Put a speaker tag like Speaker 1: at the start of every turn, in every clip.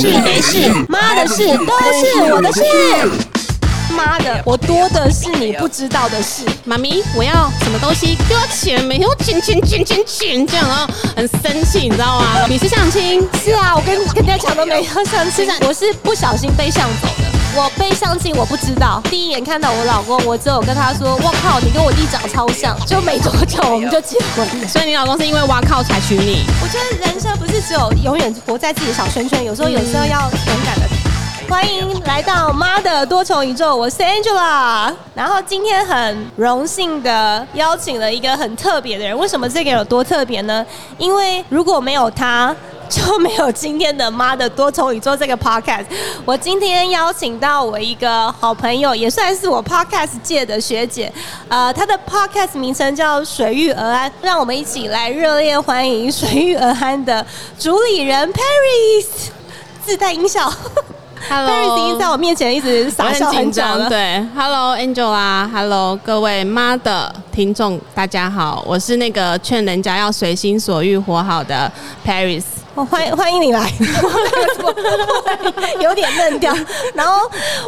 Speaker 1: 事没事，妈的事都是我的事。妈的，我多的是你不知道的事。
Speaker 2: 妈咪，我要什么东西？给我钱，每天都钱钱钱钱钱这样，然后很生气，你知道吗？你是相亲，
Speaker 1: 是啊，我跟跟大家讲都没有相亲，我是不小心被相走的。我被相亲，我不知道。第一眼看到我老公，我只有跟他说：“我靠，你跟我弟长超像。”就没多久我们就结婚了。
Speaker 2: 所以你老公是因为挖靠才娶你。
Speaker 1: 我觉得人生不是只有永远活在自己的小圈圈，有时候有时候要勇敢的。欢迎来到《妈的多重宇宙》，我是 Angela。然后今天很荣幸的邀请了一个很特别的人。为什么这个有多特别呢？因为如果没有他， 就没有今天的《妈的多重宇宙》这个 podcast。我今天邀请到我一个好朋友，也算是我 podcast 界的学姐，呃，她的 podcast 名称叫水玉而安，让我们一起来热烈欢迎水玉而安的主理人 Paris，自带音效。Paris 已经在我面前一直
Speaker 2: 我
Speaker 1: 傻
Speaker 2: 很
Speaker 1: 笑
Speaker 2: 紧
Speaker 1: 很久
Speaker 2: 张，
Speaker 1: 了。
Speaker 2: 对，Hello Angela，Hello 各位妈的听众，大家好，我是那个劝人家要随心所欲活好的 Paris。
Speaker 1: 我欢迎欢迎你来， 有点嫩掉。然后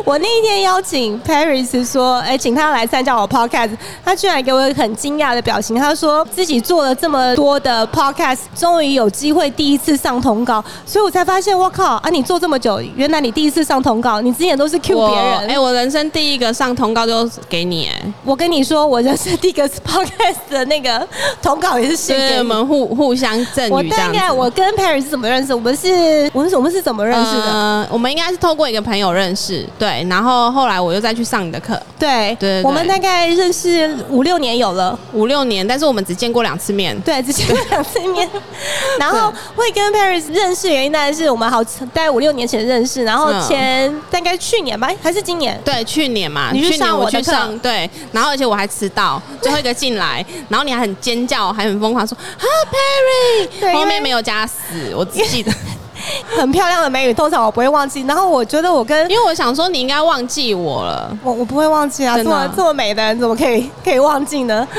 Speaker 1: 我那一天邀请 Paris 说，哎、请他来参加我 podcast，他居然给我一个很惊讶的表情，他说自己做了这么多的 podcast，终于有机会第一次上通告，所以我才发现，我靠啊，你做这么久，原来你第一次上通告，你之前都是 Q
Speaker 2: 我
Speaker 1: 别人。
Speaker 2: 哎、我人生第一个上通告就给你、哎，
Speaker 1: 我跟你说，我人生第一个 podcast 的那个通告也是
Speaker 2: 所
Speaker 1: 献
Speaker 2: 以
Speaker 1: 给
Speaker 2: 我
Speaker 1: 你。
Speaker 2: 们互互相赠
Speaker 1: 我
Speaker 2: 予这
Speaker 1: 大
Speaker 2: 样
Speaker 1: 概
Speaker 2: 子。
Speaker 1: 我跟 Paris 是怎么认识？我们是，我们是我们是怎么认识的？
Speaker 2: 呃，我们应该是透过一个朋友认识，对，然后后来我又再去上你的课，
Speaker 1: 对，
Speaker 2: 对对
Speaker 1: 我们大概认识五六年有了，
Speaker 2: 五六年，但是我们只见过两次面。
Speaker 1: 对，之前两次 面，然后会跟 Paris 认识原因当然是我们好大概五六年前认识，然后
Speaker 2: 嗯哦
Speaker 1: 前、大概去年吧，哎还是今年，
Speaker 2: 对，去年嘛，
Speaker 1: 你
Speaker 2: 去
Speaker 1: 去
Speaker 2: 年
Speaker 1: 上我
Speaker 2: 我
Speaker 1: 的
Speaker 2: 去
Speaker 1: 课
Speaker 2: 上，对，然后而且我还迟到，最后一个进来， 然后你还很尖叫，还很疯狂 说啊 Perry，
Speaker 1: 对
Speaker 2: 后
Speaker 1: 因为
Speaker 2: 面没有加死，我只记得，
Speaker 1: 很漂亮的美语，通常我不会忘记。然后我觉得我跟
Speaker 2: 因为我想说你应该忘记我了，
Speaker 1: 我我不会忘记啊，这
Speaker 2: 真的
Speaker 1: 么
Speaker 2: 啊
Speaker 1: 这么美的人怎么可以可以忘记呢？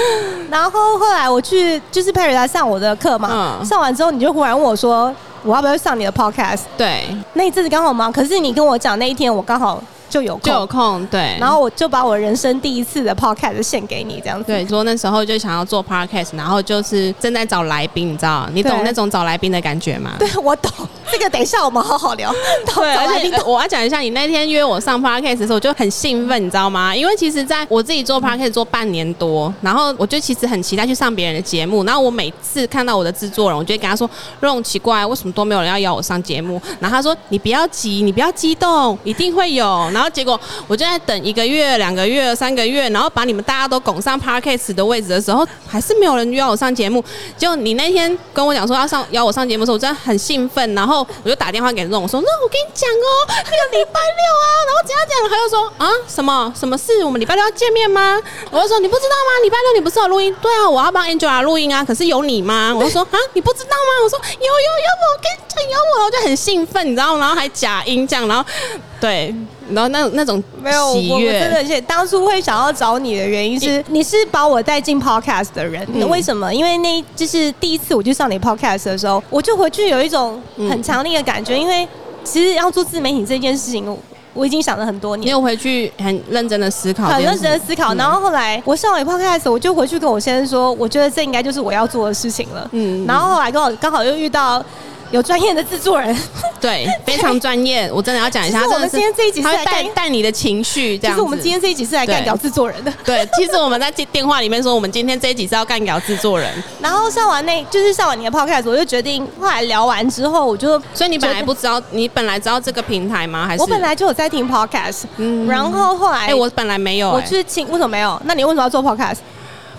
Speaker 1: 然后后来我去就是佩 a 来上我的课嘛，
Speaker 2: 嗯
Speaker 1: 上完之后你就忽然问我说，我要不要上你的 podcast？
Speaker 2: 对，
Speaker 1: 那一阵子刚好忙，可是你跟我讲那一天我刚好就有
Speaker 2: 就有
Speaker 1: 空，
Speaker 2: 空，对，
Speaker 1: 然后我就把我人生第一次的 podcast 献给你这样子。
Speaker 2: 对，说那时候就想要做 podcast，然后就是正在找来宾，你知道，你懂
Speaker 1: 对
Speaker 2: 那种找来宾的感觉吗？
Speaker 1: 对，我懂这个，等一下我们好好聊。到
Speaker 2: 对，
Speaker 1: 找
Speaker 2: 而
Speaker 1: 来宾
Speaker 2: 且呃
Speaker 1: 到
Speaker 2: 我要讲一下，你那天约我上 podcast 的时候，我就很兴奋，你知道吗？因为其实在我自己做 podcast 做半年多，然后我就其实很期待去上别人的节目，然后我每次看到我的制作人，我就会跟他说：“肉奇怪，为什么都没有人要邀我上节目？”然后他说：“你不要急，你不要激动，一定会有。”然后结果我就在等一个月、两个月、三个月，然后把你们大家都拱上 podcast 的位置的时候，还是没有人约我上节目。结果你那天跟我讲说要上邀我上节目的时候，我真的很兴奋，然后我就打电话给肉，我说：“那我跟你讲哦，那个礼拜六啊，然后怎样怎样。”他就说：“啊，什么什么事？我们礼拜六要见面吗？”我就说：“你不知道吗？礼拜六你不是有录音？对啊，我要帮 Angela 录音啊。可是有你吗？”我就说：“啊，你不知道吗？”我说：“有有有，我跟你讲有我。”我就很兴奋，你知道吗，然后还假音这样，然后对，然后那那种
Speaker 1: 没有，我
Speaker 2: 喜
Speaker 1: 我
Speaker 2: 悦，
Speaker 1: 真的，而且当初会想要找你的原因是，你是把我带进 podcast 的人。
Speaker 2: 嗯
Speaker 1: 为什么？因为那就是第一次我去上你 podcast 的时候，我就回去有一种很
Speaker 2: 嗯
Speaker 1: 强烈的感觉，因为其实要做自媒体这件事情，我我已经想了很多
Speaker 2: 你
Speaker 1: 年。
Speaker 2: 有回去很认真的思考这
Speaker 1: 很
Speaker 2: 件事，
Speaker 1: 认真的思考，然后后来我上完 podcast，我就回去跟我先生说，我觉得这应该就是我要做的事情了。
Speaker 2: 嗯
Speaker 1: 然后后来刚好刚好又遇到有专业的制作人，
Speaker 2: 对，非常专业，我真的要讲一下，
Speaker 1: 其
Speaker 2: 他
Speaker 1: 实我
Speaker 2: 真
Speaker 1: 们
Speaker 2: 的
Speaker 1: 今天这一集
Speaker 2: 他
Speaker 1: 是
Speaker 2: 会
Speaker 1: 来
Speaker 2: 带
Speaker 1: 干
Speaker 2: 带你的情绪，这
Speaker 1: 就
Speaker 2: 样
Speaker 1: 是
Speaker 2: 子。
Speaker 1: 我们今天这一集是来干
Speaker 2: 对
Speaker 1: 掉制作人的。
Speaker 2: 对，其实我们在接电话里面说，我们今天这一集是要干掉制作人，
Speaker 1: 然后上完那，就是上完你的 podcast，我就决定，后来聊完之后，我就
Speaker 2: 所以你本来
Speaker 1: 就
Speaker 2: 不知道，你本来知道这个平台吗？还是
Speaker 1: 我本来就有在听 podcast，
Speaker 2: 嗯
Speaker 1: 然后后来
Speaker 2: 哎、我本来没有、
Speaker 1: 我
Speaker 2: 哎
Speaker 1: 就是请，为什么没有？那你为什么要做 podcast？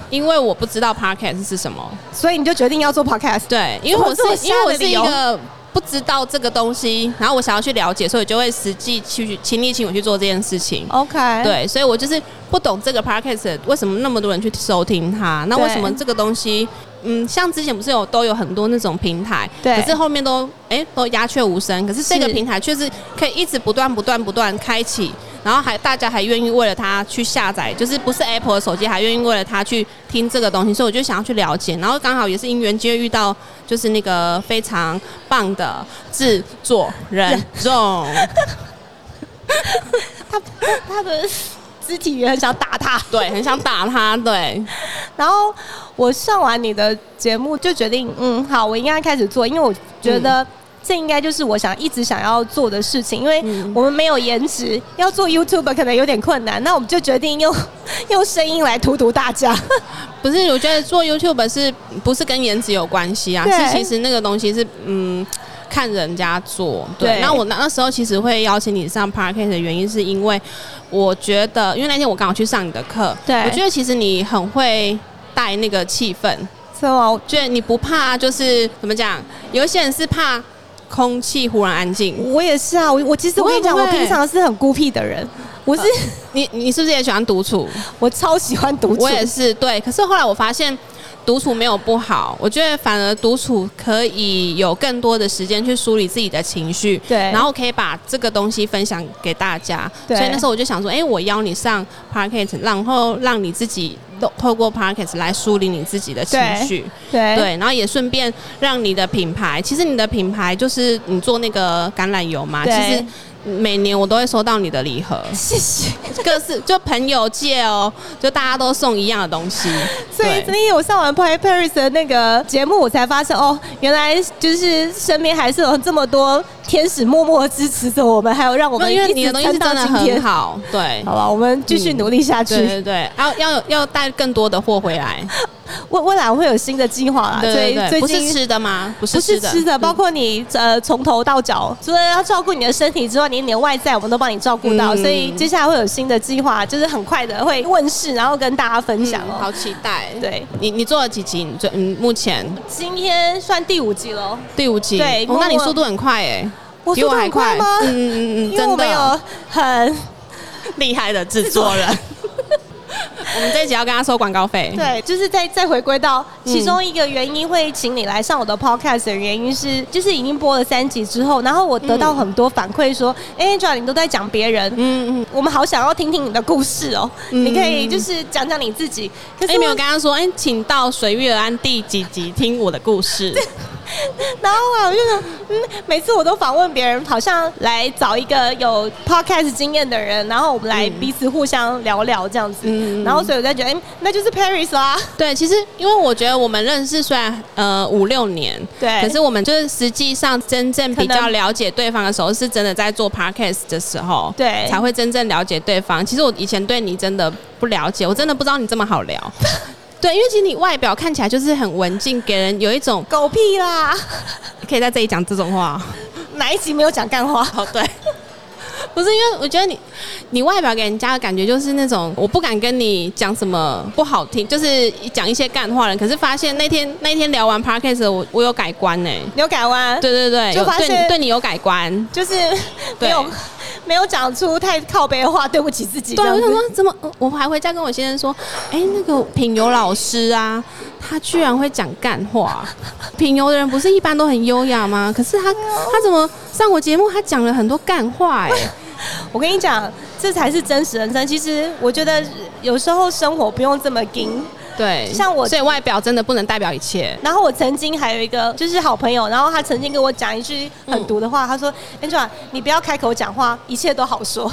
Speaker 2: 因为我不知道 podcast 是什么，
Speaker 1: 所以你就决定要做 podcast。
Speaker 2: 对，因为我是
Speaker 1: 怎么这么瞎
Speaker 2: 因为我
Speaker 1: 的
Speaker 2: 是
Speaker 1: 理
Speaker 2: 一
Speaker 1: 由
Speaker 2: 个不知道这个东西，然后我想要去了解，所以我就会实际去亲力亲为去做这件事情。
Speaker 1: OK，，
Speaker 2: 对，所以我就是不懂这个 podcast 为什么那么多人去收听它，那
Speaker 1: 对
Speaker 2: 为什么这个东西，嗯，像之前不是有都有很多那种平台，
Speaker 1: 对
Speaker 2: 可是后面都哎、都鸦雀无声，可是这个
Speaker 1: 是
Speaker 2: 平台却是可以一直不断不断不断开启，然后还大家还愿意为了他去下载，就是不是 Apple 的手机，还愿意为了他去听这个东西，所以我就想要去了解。然后刚好也是因缘机会遇到，就是那个非常棒的制作人仲，
Speaker 1: 他他的肢体语言很想打他。
Speaker 2: 对，很想打他，对，
Speaker 1: 然后我上完你的节目就决定，嗯，好，我应该开始做，因为我觉得这应该就是我想一直想要做的事情，因为
Speaker 2: 嗯
Speaker 1: 我们没有颜值，要做 YouTube 可能有点困难，那我们就决定用用声音来荼毒大家。
Speaker 2: 不是，我觉得做 YouTube 是不是跟颜值有关系啊？
Speaker 1: 对
Speaker 2: 是其实那个东西是嗯。看人家做，对
Speaker 1: 对。
Speaker 2: 那我那那时候其实会邀请你上 p a r k a s 的原因，是因为我觉得，因为那天我刚好去上你的课，
Speaker 1: 对
Speaker 2: 我觉得其实你很会带那个气氛，
Speaker 1: 是吗？
Speaker 2: 觉得你不怕，就是怎么讲？有一些人是怕空气忽然安静，
Speaker 1: 我也是啊，我我其实
Speaker 2: 不
Speaker 1: 我
Speaker 2: 会
Speaker 1: 跟你讲，
Speaker 2: 不
Speaker 1: 我
Speaker 2: 会
Speaker 1: 平常是很孤僻的人，我是、
Speaker 2: 你你是不是也喜欢独处？
Speaker 1: 我超喜欢独处，
Speaker 2: 我也是，对。可是后来我发现，独处没有不好，我觉得反而独处可以有更多的时间去梳理自己的情绪，
Speaker 1: 对
Speaker 2: 然后可以把这个东西分享给大家。
Speaker 1: 对
Speaker 2: 所以那时候我就想说，哎、我邀你上 p a r k e t 然后让你自己透透过 p a r k e t 来梳理你自己的情绪，
Speaker 1: 对
Speaker 2: 对，然后也顺便让你的品牌，其实你的品牌就是你做那个橄榄油嘛，其
Speaker 1: 对
Speaker 2: 实。每年我都会收到你的礼盒，
Speaker 1: 谢谢。
Speaker 2: 各式就朋友界哦，就大家都送一样的东西，
Speaker 1: 所以，所
Speaker 2: 对
Speaker 1: 以我上完 Play Paris 的那个节目，我才发现哦，原来就是身边还是有这么多天使默默支持着我们，还有让我
Speaker 2: 没
Speaker 1: 们
Speaker 2: 有因为
Speaker 1: 一
Speaker 2: 你的
Speaker 1: 直
Speaker 2: 东西真
Speaker 1: 撑到
Speaker 2: 的
Speaker 1: 今
Speaker 2: 很
Speaker 1: 天。
Speaker 2: 好，对
Speaker 1: 好吧，我们继续
Speaker 2: 嗯
Speaker 1: 努力下去。
Speaker 2: 对对对，要要有要带更多的货回来，
Speaker 1: 未未来我会有新的计划啦。
Speaker 2: 对对
Speaker 1: 所
Speaker 2: 对，
Speaker 1: 以
Speaker 2: 不
Speaker 1: 最
Speaker 2: 是
Speaker 1: 近。
Speaker 2: 吃的吗？不
Speaker 1: 不
Speaker 2: 是
Speaker 1: 是
Speaker 2: 吃的，嗯
Speaker 1: 吃的，包括你呃从头到脚，除了要照顾你的身体之外，你连外在我们都帮你照顾到，
Speaker 2: 嗯
Speaker 1: 所以接下来会有新的计划，就是很快的会问世，然后跟大家分
Speaker 2: 嗯
Speaker 1: 享哦。
Speaker 2: 好期待。
Speaker 1: 对，
Speaker 2: 你你做了几集？你最嗯，目前
Speaker 1: 今天算第五集喽，
Speaker 2: 第五集，
Speaker 1: 对
Speaker 2: 哦那你
Speaker 1: 默默
Speaker 2: 速度很快哎，
Speaker 1: 我
Speaker 2: 比
Speaker 1: 速
Speaker 2: 我
Speaker 1: 度
Speaker 2: 还
Speaker 1: 很快吗？
Speaker 2: 嗯嗯嗯嗯，
Speaker 1: 因为我
Speaker 2: 真
Speaker 1: 们
Speaker 2: 的
Speaker 1: 有 很
Speaker 2: 厉害的制作人。 我们这一集要跟他收广告费，
Speaker 1: 对，就是再再回归到其
Speaker 2: 嗯
Speaker 1: 中一个原因，会请你来上我的 podcast 的原因是，就是已经播了三集之后，然后我得到很多反馈说，哎、a n g e l 你都在讲别人。
Speaker 2: 嗯嗯，
Speaker 1: 我们好想要听听你的故事哦，
Speaker 2: 嗯
Speaker 1: 你可以就是讲讲你自己。可
Speaker 2: 哎、
Speaker 1: 是我
Speaker 2: 没有跟他说，哎、请到随遇而安第几集听我的故事。
Speaker 1: 然后啊，我就想，嗯，每次我都访问别人，好像来找一个有 podcast 经验的人，然后我们来彼此互相聊聊这样子。
Speaker 2: 嗯嗯嗯嗯
Speaker 1: 然后所以我在觉得，哎、那就是 Paris 啦。
Speaker 2: 对，其实因为我觉得我们认识虽然呃五六年，
Speaker 1: 对
Speaker 2: 可是我们就是实际上真正比
Speaker 1: 可
Speaker 2: 较
Speaker 1: 能
Speaker 2: 了解对方的时候，是真的在做 podcast 的时候，
Speaker 1: 对
Speaker 2: 才会真正了解对方。其实我以前对你真的不了解，我真的不知道你这么好 聊。对，因为其实你外表看起来就是很文静，给人有一种
Speaker 1: 狗屁啦，
Speaker 2: 可以在这里讲这种话。
Speaker 1: 哪一集没有讲干话？
Speaker 2: 哦，对， 不是因为我觉得你，你外表给人家的感觉就是那种我不敢跟你讲什么不好听，就是讲一些干话了。可是发现那天那天聊完 podcast，我我有改观呢、
Speaker 1: 牛改弯，
Speaker 2: 对对对，
Speaker 1: 就
Speaker 2: 有
Speaker 1: 发
Speaker 2: 对
Speaker 1: 现
Speaker 2: 你对你有改观。
Speaker 1: 就是没有没有讲出太靠背的话，对不起自己。
Speaker 2: 对，啊
Speaker 1: 这样
Speaker 2: 我
Speaker 1: 子
Speaker 2: 想说怎么，我还回家跟我先生说，哎、那个品油老师啊，他居然会讲干话。 品油的人不是一般都很优雅吗？可是他他怎么上我节目，他讲了很多干话哎、
Speaker 1: 我跟你讲，这才是真实人生。其实我觉得有时候生活不用这么硬。
Speaker 2: 对，
Speaker 1: 像我
Speaker 2: 所以外表真的不能代表一切。
Speaker 1: 然后我曾经还有一个就是好朋友，然后他曾经跟我讲一句很毒的话，他说：“Angela，你不要开口讲话，一切都好说。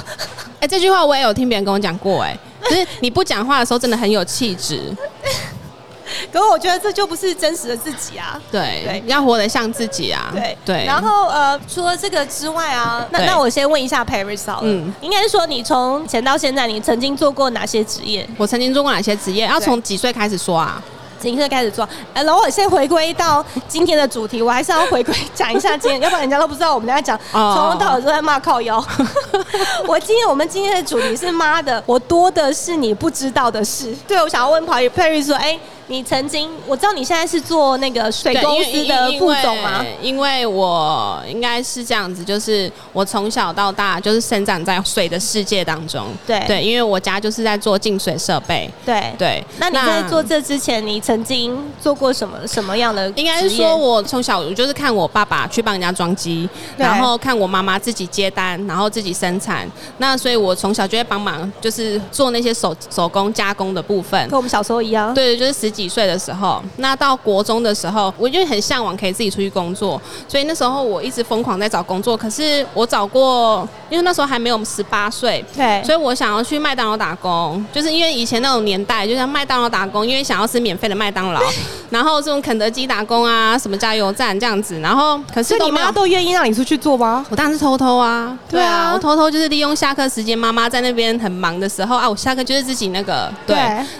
Speaker 2: 哎、这句话我也有听别人跟我讲过、哎，就是你不讲话的时候真的很有气质，”
Speaker 1: 可是我觉得这就不是真实的自己啊。
Speaker 2: 对
Speaker 1: 对，
Speaker 2: 要活得像自己 啊，
Speaker 1: 对
Speaker 2: 对，
Speaker 1: 然后呃，除了这个之外啊，那
Speaker 2: 对
Speaker 1: 那我先问一下 Paris 好了，
Speaker 2: 嗯
Speaker 1: 应该是说你从前到现在，你曾经做过哪些职业？
Speaker 2: 我曾经做过哪些职业？要
Speaker 1: 对
Speaker 2: 从几岁开始说啊？
Speaker 1: 今天开始做，呃，然后我先回归到今天的主题，我还是要回归讲一下今天，要不然人家都不知道我们在讲，从
Speaker 2: 哦
Speaker 1: 头到尾都在骂 靠腰。我今天我们今天的主题是妈的，我多的是你不知道的事。对，我想要问跑友 Perry 说，哎、你曾经，我知道你现在是做那个水
Speaker 2: 对
Speaker 1: 公
Speaker 2: 因
Speaker 1: 司
Speaker 2: 为
Speaker 1: 的
Speaker 2: 因
Speaker 1: 副总吗？
Speaker 2: 因为因为我应该是这样子，就是我从小到大就是生长在水的世界当中。
Speaker 1: 对
Speaker 2: 对，因为我家就是在做净水设备。
Speaker 1: 对。
Speaker 2: 对，
Speaker 1: 那你在做这之前，你曾经做过什么什么样的职业？
Speaker 2: 应该是说，我从小我就是看我爸爸去帮人家装机，
Speaker 1: 对
Speaker 2: 然后看我妈妈自己接单，然后自己生产。那所以我从小就会帮忙，就是做那些手手工加工的部分
Speaker 1: 跟。我们小时候一样。
Speaker 2: 对，就是十几岁的时候，那到国中的时候，我就很向往可以自己出去工作，所以那时候我一直疯狂在找工作。可是我找过，因为那时候还没有十八岁，
Speaker 1: 对
Speaker 2: 所以我想要去麦当劳打工，就是因为以前那种年代，就像麦当劳打工，因为想要吃免费的麦当劳， 然后这种肯德基打工啊，什么加油站这样子，然后可是
Speaker 1: 所以
Speaker 2: 都
Speaker 1: 你
Speaker 2: 没有
Speaker 1: 妈。都愿意让你出去做吗？
Speaker 2: 我当然是偷偷啊，
Speaker 1: 对啊
Speaker 2: 我偷偷就是利用下课时间，妈妈在那边很忙的时候啊，我下课就是自己那个对，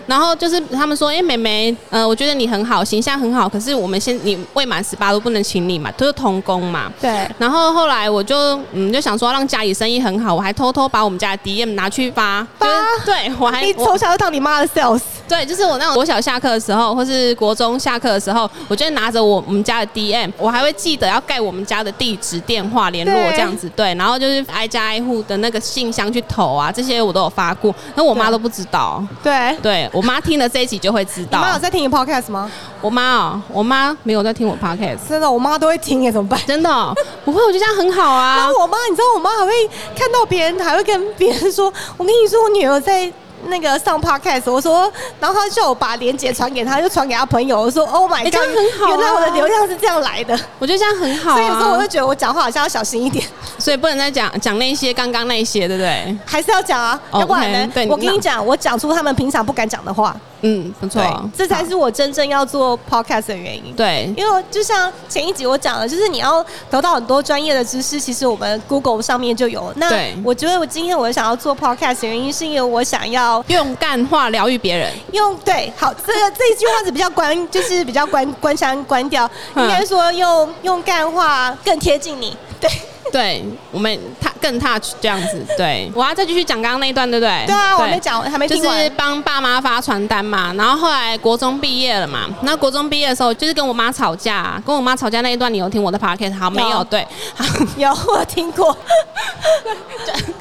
Speaker 2: 然后就是他们说，哎、妹妹，呃，我觉得你很好，形象很好，可是我们先你未满十八都不能请你嘛，都是童工嘛。
Speaker 1: 对
Speaker 2: 然后后来我就嗯就想说让家里生意很好，我还偷偷把我们家的 DM 拿去发，
Speaker 1: 发
Speaker 2: 就是对我还
Speaker 1: 对，你
Speaker 2: 我
Speaker 1: 从小就当你妈的 sales，
Speaker 2: 对，就是我那种国小下课的时候，或是国中下课的时候，我就会拿着我们家的 DM，我还会记得要盖我们家的地址、电话、联络
Speaker 1: 对
Speaker 2: 这样子。对，然后就是挨家挨户的那个信箱去投啊，这些我都有发过，那我妈
Speaker 1: 对
Speaker 2: 都不知道。
Speaker 1: 对。
Speaker 2: 对我妈听了这一集就会知
Speaker 1: 你
Speaker 2: 道。
Speaker 1: 妈有在听你 podcast 吗？
Speaker 2: 我妈哦，我妈没有在听我 podcast，
Speaker 1: 真的，我妈都会听耶，怎么办？
Speaker 2: 真的哦、不会，我觉得这样很好啊
Speaker 1: 然。后我妈，你知道我妈还会看到别人，还会跟别人说：“我跟你说，我女儿在那个上 podcast。”我说，然后她叫我把链接传给她，就传给她朋友。我说：“Oh my
Speaker 2: 哎
Speaker 1: god，、
Speaker 2: 这样很好啊
Speaker 1: 原来我的流量是这样来的。
Speaker 2: 我觉得这样很好、啊。
Speaker 1: 所以有时候我就觉得我讲话好像要小心一点，
Speaker 2: 所以不能再讲讲那些刚刚那些，对不对？
Speaker 1: 还是要讲啊，
Speaker 2: 哦
Speaker 1: 要不然呢
Speaker 2: OK，对
Speaker 1: 我跟
Speaker 2: 那
Speaker 1: 你讲，我讲出他们平常不敢讲的话，
Speaker 2: 嗯，不错，
Speaker 1: 这才是我真正要做 podcast 的原因。
Speaker 2: 对
Speaker 1: 因为我就像前一集我讲的，就是你要得到很多专业的知识，其实我们 Google 上面就有。那
Speaker 2: 对
Speaker 1: 我觉得我今天我想要做 podcast 的原因，是因为我想要
Speaker 2: 用干话疗愈 别人。
Speaker 1: 用对好这个这一句话是比较关，就是比较关关腔关调，
Speaker 2: 嗯
Speaker 1: 应该说用用干话更贴近你。对
Speaker 2: 对我们踏更 touch 这样子，对我要再继续讲刚刚那一段，对不哎对？
Speaker 1: 对啊，我还没讲完，还没
Speaker 2: 就
Speaker 1: 听
Speaker 2: 是
Speaker 1: 完。
Speaker 2: 帮爸妈发传单嘛，然后后来国中毕业了嘛，那国中毕业的时候就是跟我妈吵架、啊跟我妈吵架那一段，你有听我的 podcast 好没有？
Speaker 1: 有
Speaker 2: 对，好，
Speaker 1: 有我有 听过，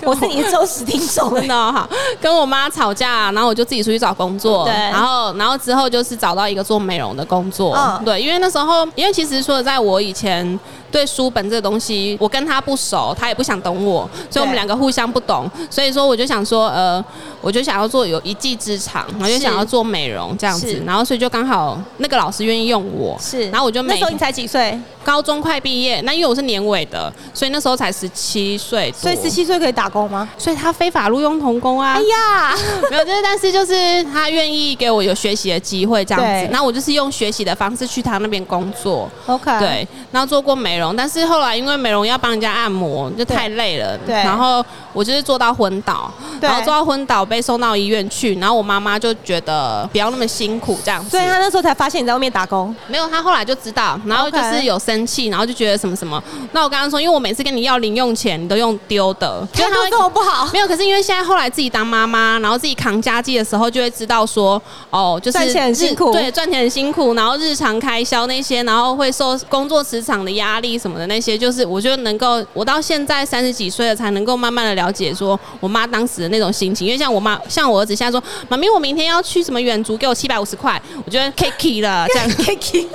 Speaker 1: 我是你的忠实听众。
Speaker 2: 真的哦好，跟我妈吵架，然后我就自己出去找工作，
Speaker 1: 对
Speaker 2: 然后然后之后就是找到一个做美容的工作，
Speaker 1: 嗯
Speaker 2: 对，因为那时候，因为其实说实在，我以前对书本这个东西，我跟她不熟，她也不想懂我，所以我们
Speaker 1: 对
Speaker 2: 两个互相不懂，所以说我就想说，呃，我就想要做有一技之长，然后就是想要做美容这样
Speaker 1: 是
Speaker 2: 子，然后所以就刚好那个老师愿意用我，
Speaker 1: 是，
Speaker 2: 然后我就
Speaker 1: 那
Speaker 2: 每
Speaker 1: 时候你才几岁，
Speaker 2: 高中快毕业，那因为我是年尾的，所以那时候才十七岁多，
Speaker 1: 所以十七岁可以打工吗？
Speaker 2: 所以他非法录用童工啊，
Speaker 1: 哎呀，
Speaker 2: 没有，就是但是就是他愿意给我有学习的机会这样
Speaker 1: 对
Speaker 2: 子，那我就是用学习的方式去他那边工作，
Speaker 1: OK，，
Speaker 2: 对，然后做过美容，但是后来因为美容要帮人家按摩，就太累了，
Speaker 1: 对
Speaker 2: 然后我就是做到昏倒，
Speaker 1: 对
Speaker 2: 然后做到昏倒被送到医院去，然后我妈妈就觉得不要那么辛苦这样子，
Speaker 1: 所以他那时候才发现你在外面打工。
Speaker 2: 没有，他后来就知道，然后
Speaker 1: OK
Speaker 2: 就是有生气，然后就觉得什么什么，那我刚刚说，因为我每次跟你要零用钱，你都用丢的，
Speaker 1: 态
Speaker 2: 会
Speaker 1: 度这么不 好，
Speaker 2: 没有，可是因为现在后来自己当妈妈，然后自己扛家计的时候，就会知道说，哦，就是
Speaker 1: 赚钱很辛苦
Speaker 2: 日对，赚钱很辛苦，然后日常开销那些，然后会受工作职场的压力什么的那些，就是我就能够，我到现在三十几岁了，才能够慢慢的了解说我妈当时的那种心情，因为像我妈，像我儿子现在说，妈咪，我明天要去什么远足，给我七百五十块，我觉得 Kiki 了这样
Speaker 1: Kiki，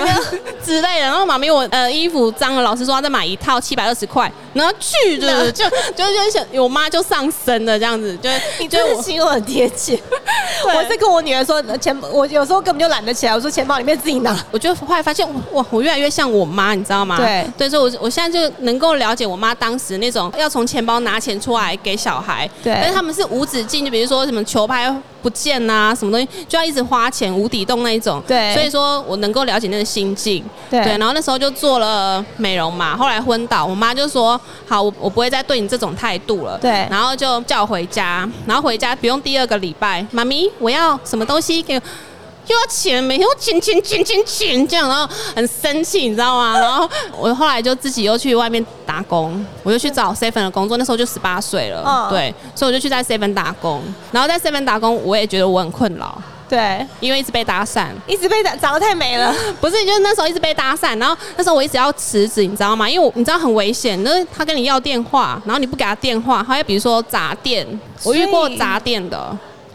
Speaker 1: 们
Speaker 2: 之类的。然后妈咪我呃衣服脏了，老师说要再买一套七百二十块，然后去
Speaker 1: 那
Speaker 2: 的就就就想我妈就上身了这样子，就
Speaker 1: 你
Speaker 2: 就
Speaker 1: 真的
Speaker 2: 我
Speaker 1: 形容很贴切。我是跟我女儿说，钱我有时候根本就懒得起来，我说钱包里面自己拿。
Speaker 2: 我就后来发现，哇，我越来越像我妈，你知道吗？
Speaker 1: 对
Speaker 2: 对，所以我我现在就能够了解我妈当时那种要从钱包拿钱出来给小孩，
Speaker 1: 对
Speaker 2: 但是他们是无止境，就比如说什么球拍不见呐、什么东西就要一直花钱无底洞那一种，
Speaker 1: 对
Speaker 2: 所以说我能够了解那个心境，
Speaker 1: 对
Speaker 2: 然后那时候就做了美容嘛，后来昏倒，我妈就说，好，我我不会再对你这种态度了，
Speaker 1: 对
Speaker 2: 然后就叫我回家，然后回家不用第二个礼拜，妈咪，我要什么东西给我。又要钱，每天要钱钱钱钱钱这样，然后很生气，你知道吗？然后我后来就自己又去外面打工，我就去找嗯 seven 的工作，那时候就十八岁了，
Speaker 1: 嗯
Speaker 2: 对，所以我就去在 seven 打工，然后在 seven 打工，我也觉得我很困扰，
Speaker 1: 对，
Speaker 2: 因为一直被搭讪，
Speaker 1: 一直被打长得太美了，
Speaker 2: 不是，就是那时候一直被搭讪，然后那时候我一直要辞职，你知道吗？因为我你知道很危险，就是他跟你要电话，然后你不给他电话，他会比如说砸店，我遇过
Speaker 1: 所以
Speaker 2: 砸店的，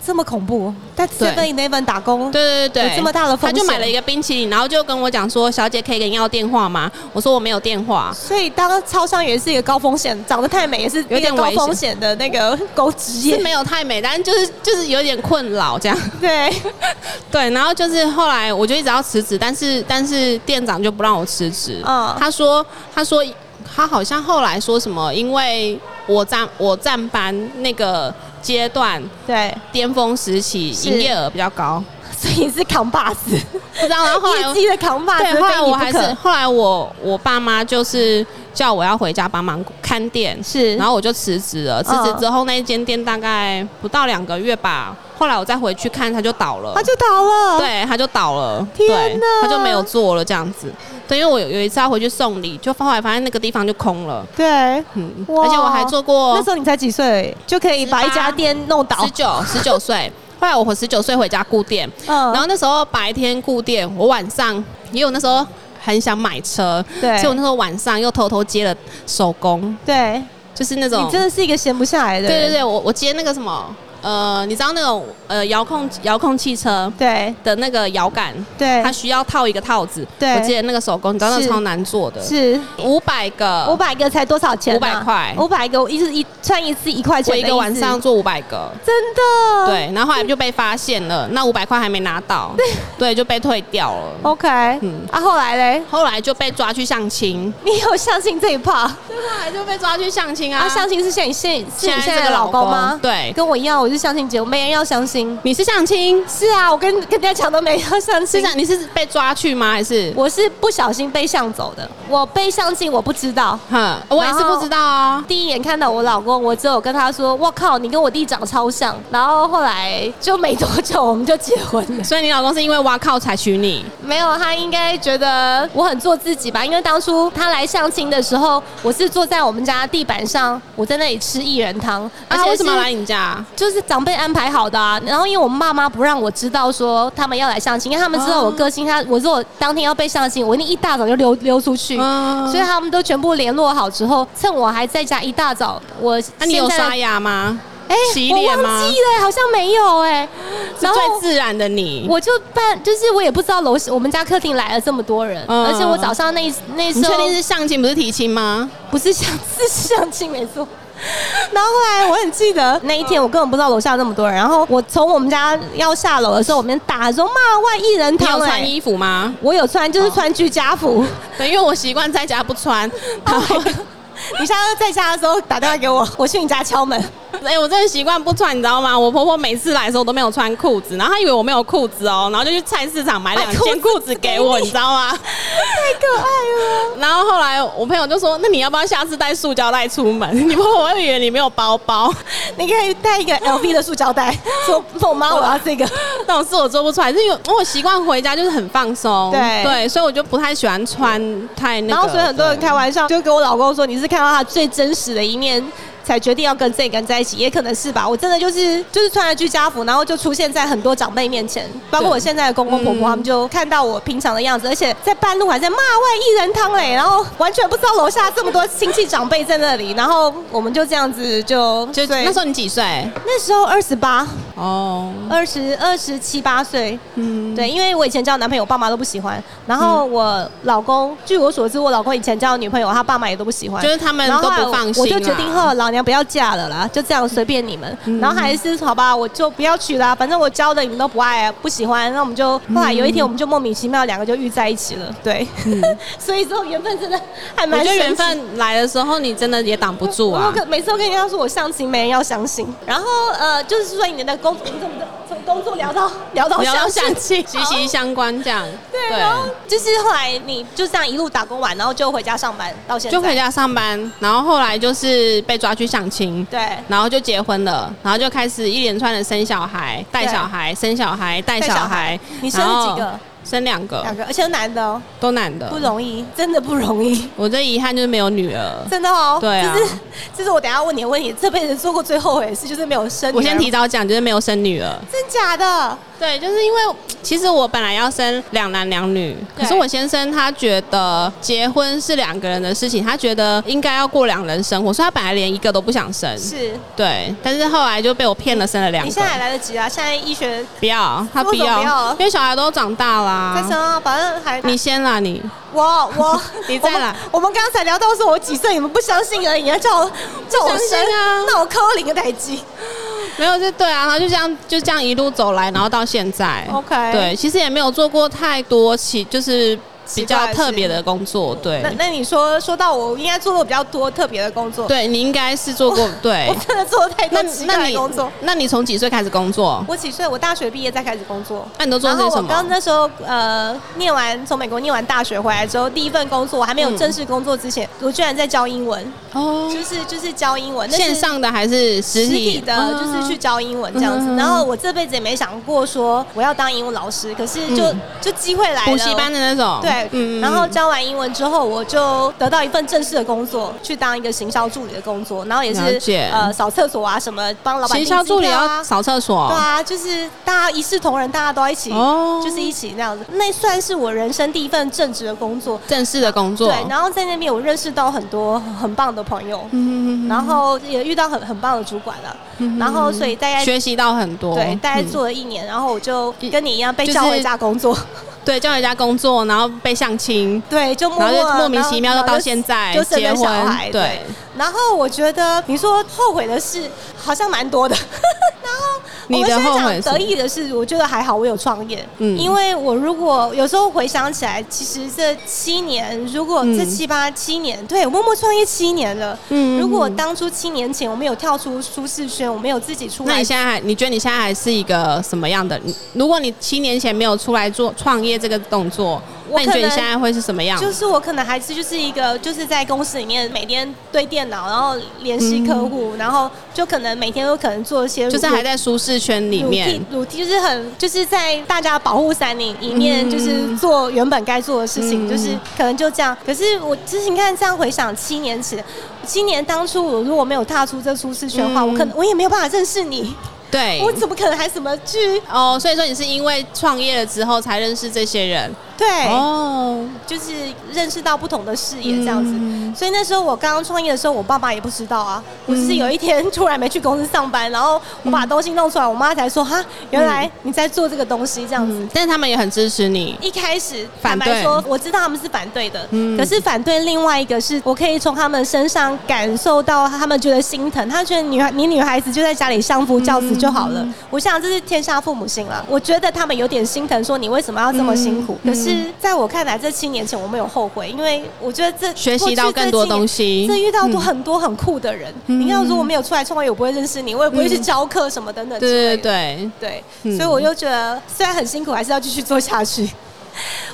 Speaker 1: 这么恐怖，在 Seven Eleven 打工，
Speaker 2: 对对对
Speaker 1: 有
Speaker 2: 对，
Speaker 1: 这么大的风
Speaker 2: 他
Speaker 1: 险
Speaker 2: 就买了一个冰淇淋，然后就跟我讲说：“小姐，可以跟你要电话吗？”我说：“我没有电话。
Speaker 1: 所以当超商员是一个高风险，长得太美也是
Speaker 2: 有
Speaker 1: 一
Speaker 2: 点
Speaker 1: 个高
Speaker 2: 危险
Speaker 1: 风险的那个狗职”
Speaker 2: 是
Speaker 1: 业，
Speaker 2: 没有太美，但就是就是有点困扰这样。
Speaker 1: 对，
Speaker 2: 对，然后就是后来我就一直要辞职，但是但是店长就不让我辞职。
Speaker 1: 嗯
Speaker 2: 他说他说他好像后来说什么，因为我站我站班那个阶段
Speaker 1: 对，
Speaker 2: 巅峰时期
Speaker 1: 是
Speaker 2: 营业额比较高，
Speaker 1: 所以是扛把子，
Speaker 2: 不知道。然后后来
Speaker 1: 业绩的扛把子，
Speaker 2: 对，后来我还
Speaker 1: 非你不
Speaker 2: 是
Speaker 1: 可
Speaker 2: 后来我我爸妈就是叫我要回家帮忙看店，
Speaker 1: 是
Speaker 2: 然后我就辞职了。辞职
Speaker 1: 嗯
Speaker 2: 之后那一间店大概不到两个月吧，后来我再回去看它就倒了
Speaker 1: 他。就倒了，，
Speaker 2: 对，它就倒了，
Speaker 1: 天
Speaker 2: 对
Speaker 1: 哪，
Speaker 2: 它就没有做了这样子。对，因为我有有一次要回去送礼，就后来发现那个地方就空了，
Speaker 1: 对，
Speaker 2: 嗯，
Speaker 1: 哇
Speaker 2: 而且我还做过
Speaker 1: 那时候你才几岁，就可以把一家店弄倒
Speaker 2: 哦十，九十九岁，后来我十九岁回家顾店，
Speaker 1: 嗯
Speaker 2: 然后那时候白天顾店，我晚上也有那时候很想买车，
Speaker 1: 对
Speaker 2: 所以我那时候晚上又偷偷接了手工，
Speaker 1: 对
Speaker 2: 就是那种
Speaker 1: 你真的是一个闲不下来的
Speaker 2: 对对
Speaker 1: 人，
Speaker 2: 对，我我接那个什么呃，你知道那种呃遥控遥控汽车
Speaker 1: 对
Speaker 2: 的那个摇杆，
Speaker 1: 对
Speaker 2: 它需要套一个套子，
Speaker 1: 对
Speaker 2: 我接了那个手工，你知道那
Speaker 1: 是
Speaker 2: 超难做的，
Speaker 1: 是。
Speaker 2: 五百个，
Speaker 1: 五百个才多少钱、啊？
Speaker 2: 500块
Speaker 1: 五百个，我一次一穿一次一块钱
Speaker 2: 我
Speaker 1: 的
Speaker 2: 一
Speaker 1: 意思，啊
Speaker 2: 个晚上做五百个。
Speaker 1: 真的。
Speaker 2: 对，然后后来就被发现了，那五百块还没拿到，对，就被退掉了。
Speaker 1: ，OK，
Speaker 2: 嗯
Speaker 1: 啊，后来嘞，
Speaker 2: 后来就被抓去相亲，
Speaker 1: 你有相亲这一趴？
Speaker 2: 后来就被抓去相亲啊。
Speaker 1: 啊，相亲是现现是你
Speaker 2: 现在
Speaker 1: 现
Speaker 2: 这
Speaker 1: 在
Speaker 2: 个
Speaker 1: 的
Speaker 2: 老
Speaker 1: 老
Speaker 2: 公
Speaker 1: 公吗？
Speaker 2: 对
Speaker 1: 跟我一样，我是相亲节目，没人要相亲。
Speaker 2: 你是相亲，
Speaker 1: 是啊，我跟跟大家讲都没人要相
Speaker 2: 是
Speaker 1: 亲。
Speaker 2: 想你是被抓去吗？还是
Speaker 1: 我是不小心被相走的，我被相亲我不知道。
Speaker 2: 哼，我也是不知道啊。
Speaker 1: 第一眼看到我老公，我只有跟他说：“我靠，你跟我弟长超像。”然后后来就没多久，我们就结婚了。
Speaker 2: 所以你老公是因为挖靠才娶你，
Speaker 1: 没有，他应该觉得我很做自己吧，因为当初他来相亲的时候，我是坐在我们家地板上，我在那里吃薏仁汤，
Speaker 2: 啊？为什么要
Speaker 1: 是
Speaker 2: 来你家？
Speaker 1: 就是长辈安排好的啊。然后因为我妈妈不让我知道说他们要来相亲，因为他们知道我个性，他我如果当天要被相亲，我一定一大早就溜溜出
Speaker 2: 啊
Speaker 1: 去。
Speaker 2: 嗯，
Speaker 1: 所以他们都全部联络好之后，趁我还在家一大早，我
Speaker 2: 那啊你有
Speaker 1: 现在的
Speaker 2: 刷牙吗？
Speaker 1: 哎、
Speaker 2: 洗
Speaker 1: 我
Speaker 2: 脸
Speaker 1: 忘
Speaker 2: 吗
Speaker 1: 记了，好像没有哎、
Speaker 2: 是最自然的你。
Speaker 1: 我就办，就是我也不知道楼下我们家客厅来了这么多人，
Speaker 2: 嗯
Speaker 1: 而且我早上那一那
Speaker 2: 你
Speaker 1: 时候
Speaker 2: 确定是相亲不是提亲吗？
Speaker 1: 不是相是相亲没错。然后后哎来我 很记得那一天，我根本不知道楼下那么多人。然后我从我们家要下楼的时候，我们打说骂外一人
Speaker 2: 你
Speaker 1: 堂
Speaker 2: 有穿
Speaker 1: 哎，
Speaker 2: 衣服吗？
Speaker 1: 我有穿，就是穿居家服。
Speaker 2: 对，因为我习惯在家不
Speaker 1: 哦
Speaker 2: 穿。然后，
Speaker 1: 你下次在家的时候打电话给我，我去你家敲门。
Speaker 2: 哎、我真的习惯不穿，你知道吗？我婆婆每次来的时候都没有穿裤子，然后她以为我没有裤子哦，然后就去菜市场买两件裤子给我，你知道吗？
Speaker 1: 太可爱了，
Speaker 2: 然后后来我朋友就说：“那你要不要下次带塑胶袋出门？你 婆婆会以为你没有包包。
Speaker 1: 你可以带一个 LV 的塑胶袋，说我妈我要这个。”
Speaker 2: 那种事我做不出来，是因为我习惯回家就是很放松，
Speaker 1: 对
Speaker 2: 所以我就不太喜欢穿太那个。
Speaker 1: 然后所以很多人开玩笑，就跟我老公说你是看到他最真实的一面。才决定要跟这个人在一起，也可能是吧。我真的就是就是穿了居家服，然后就出现在很多长辈面前，包括我现在的公公婆婆，
Speaker 2: 嗯
Speaker 1: 他们就看到我平常的样子，而且在半路还在骂外一人汤嘞，然后完全不知道楼下这么多亲戚长辈在那里，然后我们就这样子就
Speaker 2: 就
Speaker 1: 对
Speaker 2: 那时候你几岁？
Speaker 1: 那时候二十八、
Speaker 2: 哦，
Speaker 1: 二十二十七八岁，
Speaker 2: 嗯，
Speaker 1: 对，因为我以前交的男朋友，我爸妈都不喜欢。然后我老公，据我所知，我老公以前交的女朋友，他爸妈也都不喜欢。
Speaker 2: 就是他们
Speaker 1: 然后
Speaker 2: 都
Speaker 1: 后来
Speaker 2: 不放心啊。嗯
Speaker 1: 我就决定后，老娘不要嫁了啦，就这样随便你们。然后还是好吧，我就不要娶啦，反正我交的你们都不爱、啊，不喜欢。那我们就后来有一天，
Speaker 2: 嗯
Speaker 1: 我们就莫名其妙两个就遇在一起了。对， 所以这种缘分真的还
Speaker 2: 我
Speaker 1: 蛮
Speaker 2: 觉得
Speaker 1: 神
Speaker 2: 缘
Speaker 1: 奇的
Speaker 2: 分来的时候，你真的也挡不住
Speaker 1: 我
Speaker 2: 啊。
Speaker 1: 跟每次都跟人家说我相亲，没人要相亲。然后呃，就是说你的工作，你怎么从工作聊到聊到
Speaker 2: 聊到
Speaker 1: 相亲
Speaker 2: 相？亲，息息相关这样。
Speaker 1: 哦对，然后就是后来你就这样一路打工完，然后就回家上班，到现在
Speaker 2: 就回家上班，然后后来就是被抓去相亲，
Speaker 1: 对
Speaker 2: 然后就结婚了，然后就开始一连串的生小孩、带
Speaker 1: 对
Speaker 2: 小孩、生小孩、带
Speaker 1: 带
Speaker 2: 小
Speaker 1: 小
Speaker 2: 孩
Speaker 1: 孩。你生了几个
Speaker 2: 然后？生两个，
Speaker 1: 两个，而且都男的哦，
Speaker 2: 都男的。
Speaker 1: 不容易，真的不容易，
Speaker 2: 我最遗憾就是没有女儿。
Speaker 1: 真的哦。
Speaker 2: 对啊
Speaker 1: 这是这是我等一下问你的问题，这辈子做过最后悔的事就是没有生女儿。
Speaker 2: 我先提早讲，就是没有生女儿。
Speaker 1: 真假的？
Speaker 2: 对，就是因为其实我本来要生两男两女，可是
Speaker 1: 对
Speaker 2: 我先生他觉得结婚是两个人的事情，他觉得应该要过两人生活，所以他本来连一个都不想生。
Speaker 1: 是
Speaker 2: 对，但是后来就被我骗了，生了两
Speaker 1: 你
Speaker 2: 个
Speaker 1: 现。在还来得及啊！现在医学
Speaker 2: 不要，他不
Speaker 1: 为什么
Speaker 2: 要，
Speaker 1: 不要
Speaker 2: 因为小孩都长大啦。
Speaker 1: 再生啊，反正还
Speaker 2: 你先啦，你
Speaker 1: 我我
Speaker 2: 你再来
Speaker 1: 我们我们刚才聊到说我几岁，你们不相信而已，还叫我叫
Speaker 2: 不
Speaker 1: 我
Speaker 2: 相信
Speaker 1: 生
Speaker 2: 啊
Speaker 1: 那我扣零个代机。
Speaker 2: 没有就对啊，然后就这样就这样一路走来，然后到现在。
Speaker 1: OK
Speaker 2: 对，其实也没有做过太多起，就是比
Speaker 1: 奇怪
Speaker 2: 较
Speaker 1: 的事
Speaker 2: 特别的工作。对
Speaker 1: 那，那你说说到我应该做过比较多特别的工作，
Speaker 2: 对你应该是做过对
Speaker 1: 哦我。真的做了太多
Speaker 2: 哎那
Speaker 1: 奇
Speaker 2: 那
Speaker 1: 怪的
Speaker 2: 你
Speaker 1: 工作。
Speaker 2: 那你从几岁开始工作？
Speaker 1: 我几岁？我大学毕业再开始工作。
Speaker 2: 那你都做
Speaker 1: 然
Speaker 2: 些
Speaker 1: 后
Speaker 2: 什
Speaker 1: 我刚
Speaker 2: 么？
Speaker 1: 那时候呃，念完从美国念完大学回来之后，第一份工作我还没有
Speaker 2: 嗯
Speaker 1: 正式工作之前，我居然在教英文，
Speaker 2: 哦，
Speaker 1: 就是就是教英文，那是
Speaker 2: 线上的还是实
Speaker 1: 实
Speaker 2: 体哦
Speaker 1: 体的，就是去教英文这样子。
Speaker 2: 嗯
Speaker 1: 然后我这辈子也没想过说我要当英文老师，可是就、
Speaker 2: 嗯
Speaker 1: 就机会来了。
Speaker 2: 补习班的那种。嗯
Speaker 1: 对，然后教完英文之后，我就得到一份正式的工作，去当一个行销助理的工作，然后也
Speaker 2: 了
Speaker 1: 是
Speaker 2: 解
Speaker 1: 呃扫厕所啊什么，帮老板
Speaker 2: 行
Speaker 1: 订
Speaker 2: 销助理
Speaker 1: 资料
Speaker 2: 要
Speaker 1: 啊。
Speaker 2: 扫厕所。
Speaker 1: 对啊，就是大家一视同仁，大家都要一起，
Speaker 2: 哦
Speaker 1: 就是一起那样子。那算是我人生第一份正职的工作。
Speaker 2: 正式的工作。
Speaker 1: 对，然后在那边我认识到很多很棒的朋友，
Speaker 2: 嗯
Speaker 1: 然后也遇到很很棒的主管了、
Speaker 2: 嗯
Speaker 1: 然后所以大概
Speaker 2: 学习到很多。
Speaker 1: 对，大概
Speaker 2: 嗯
Speaker 1: 做了一年，然后我就跟你一样被
Speaker 2: 就是
Speaker 1: 叫回家 工作，
Speaker 2: 对，叫人家工作，然后被相亲，
Speaker 1: 对，就默
Speaker 2: 然后
Speaker 1: 默
Speaker 2: 就莫名其妙
Speaker 1: 然
Speaker 2: 就
Speaker 1: 后
Speaker 2: 到现在
Speaker 1: 就生
Speaker 2: 结
Speaker 1: 了小孩
Speaker 2: 婚，，
Speaker 1: 对。然后我觉得你说后悔的事好像蛮多的，然后
Speaker 2: 你的后
Speaker 1: 我
Speaker 2: 悔
Speaker 1: 们现在
Speaker 2: 是
Speaker 1: 讲得意的是，我觉得还好我有创业，
Speaker 2: 嗯
Speaker 1: 因为我如果有时候回想起来，其实这七年，如果这
Speaker 2: 嗯
Speaker 1: 七八七年，对我默默创业七年了，
Speaker 2: 嗯
Speaker 1: 如果当初七年前我们有跳出舒适圈，我们有自己出
Speaker 2: 嗯那
Speaker 1: 来
Speaker 2: 你现在还你觉得你现在还是一个什么样的？你如果你七年前没有出来做创业这个动作，那
Speaker 1: 我
Speaker 2: 你觉得
Speaker 1: 可
Speaker 2: 你
Speaker 1: 能
Speaker 2: 现在会是什么样？
Speaker 1: 就是我可能还是就是一个就是在公司里面每天对电脑，然后联系客户，然后就可能每天都可能做一些
Speaker 2: 嗯就是还在舒适圈里面，
Speaker 1: 乳梯就是很就是在大家保护伞里里面，
Speaker 2: 嗯
Speaker 1: 就是做原本该做的事情，
Speaker 2: 嗯
Speaker 1: 就是可能就这样。可是我之前看这样回想七年前，七年当初我如果没有踏出这舒适圈的话，
Speaker 2: 嗯哎
Speaker 1: 我可能我也没有办法认识你，
Speaker 2: 对。
Speaker 1: 我怎么可能还什么去
Speaker 2: 哦，所以说你是因为创业了之后才认识这些人
Speaker 1: 对？
Speaker 2: 哦，
Speaker 1: 就是认识到不同的视野这样子。
Speaker 2: 嗯
Speaker 1: 所以那时候我刚刚创业的时候，我爸妈也不知道啊。我只是有一天 突然没去公司上班，然后我把东西弄出来，我妈才说哈，原来你在做这个东西这样子。
Speaker 2: 嗯，但是他们也很支持你，
Speaker 1: 一开始坦
Speaker 2: 反对
Speaker 1: 白说，我知道他们是反对的，
Speaker 2: 嗯
Speaker 1: 可是反对另外一个是我可以从他们身上感受到他们觉得心疼，他觉得女孩你女孩子就在家里相夫教子就好
Speaker 2: 嗯
Speaker 1: 了。我想这是天下父母心了，我觉得他们有点心疼，说你为什么要这么辛苦？
Speaker 2: 嗯
Speaker 1: 可是在我看来，这七年前我没有后悔，因为我觉得这
Speaker 2: 学习到更多东
Speaker 1: 西。
Speaker 2: 西，
Speaker 1: 这遇到多
Speaker 2: 嗯
Speaker 1: 很多很酷的人，
Speaker 2: 嗯
Speaker 1: 你看如果没有出来创业，我不会认识你，我也不会去
Speaker 2: 嗯
Speaker 1: 教课什么等等之类
Speaker 2: 对
Speaker 1: 的。
Speaker 2: 对对，
Speaker 1: 对，
Speaker 2: 嗯
Speaker 1: 所以我就觉得虽然很辛苦，还是要继续做下去。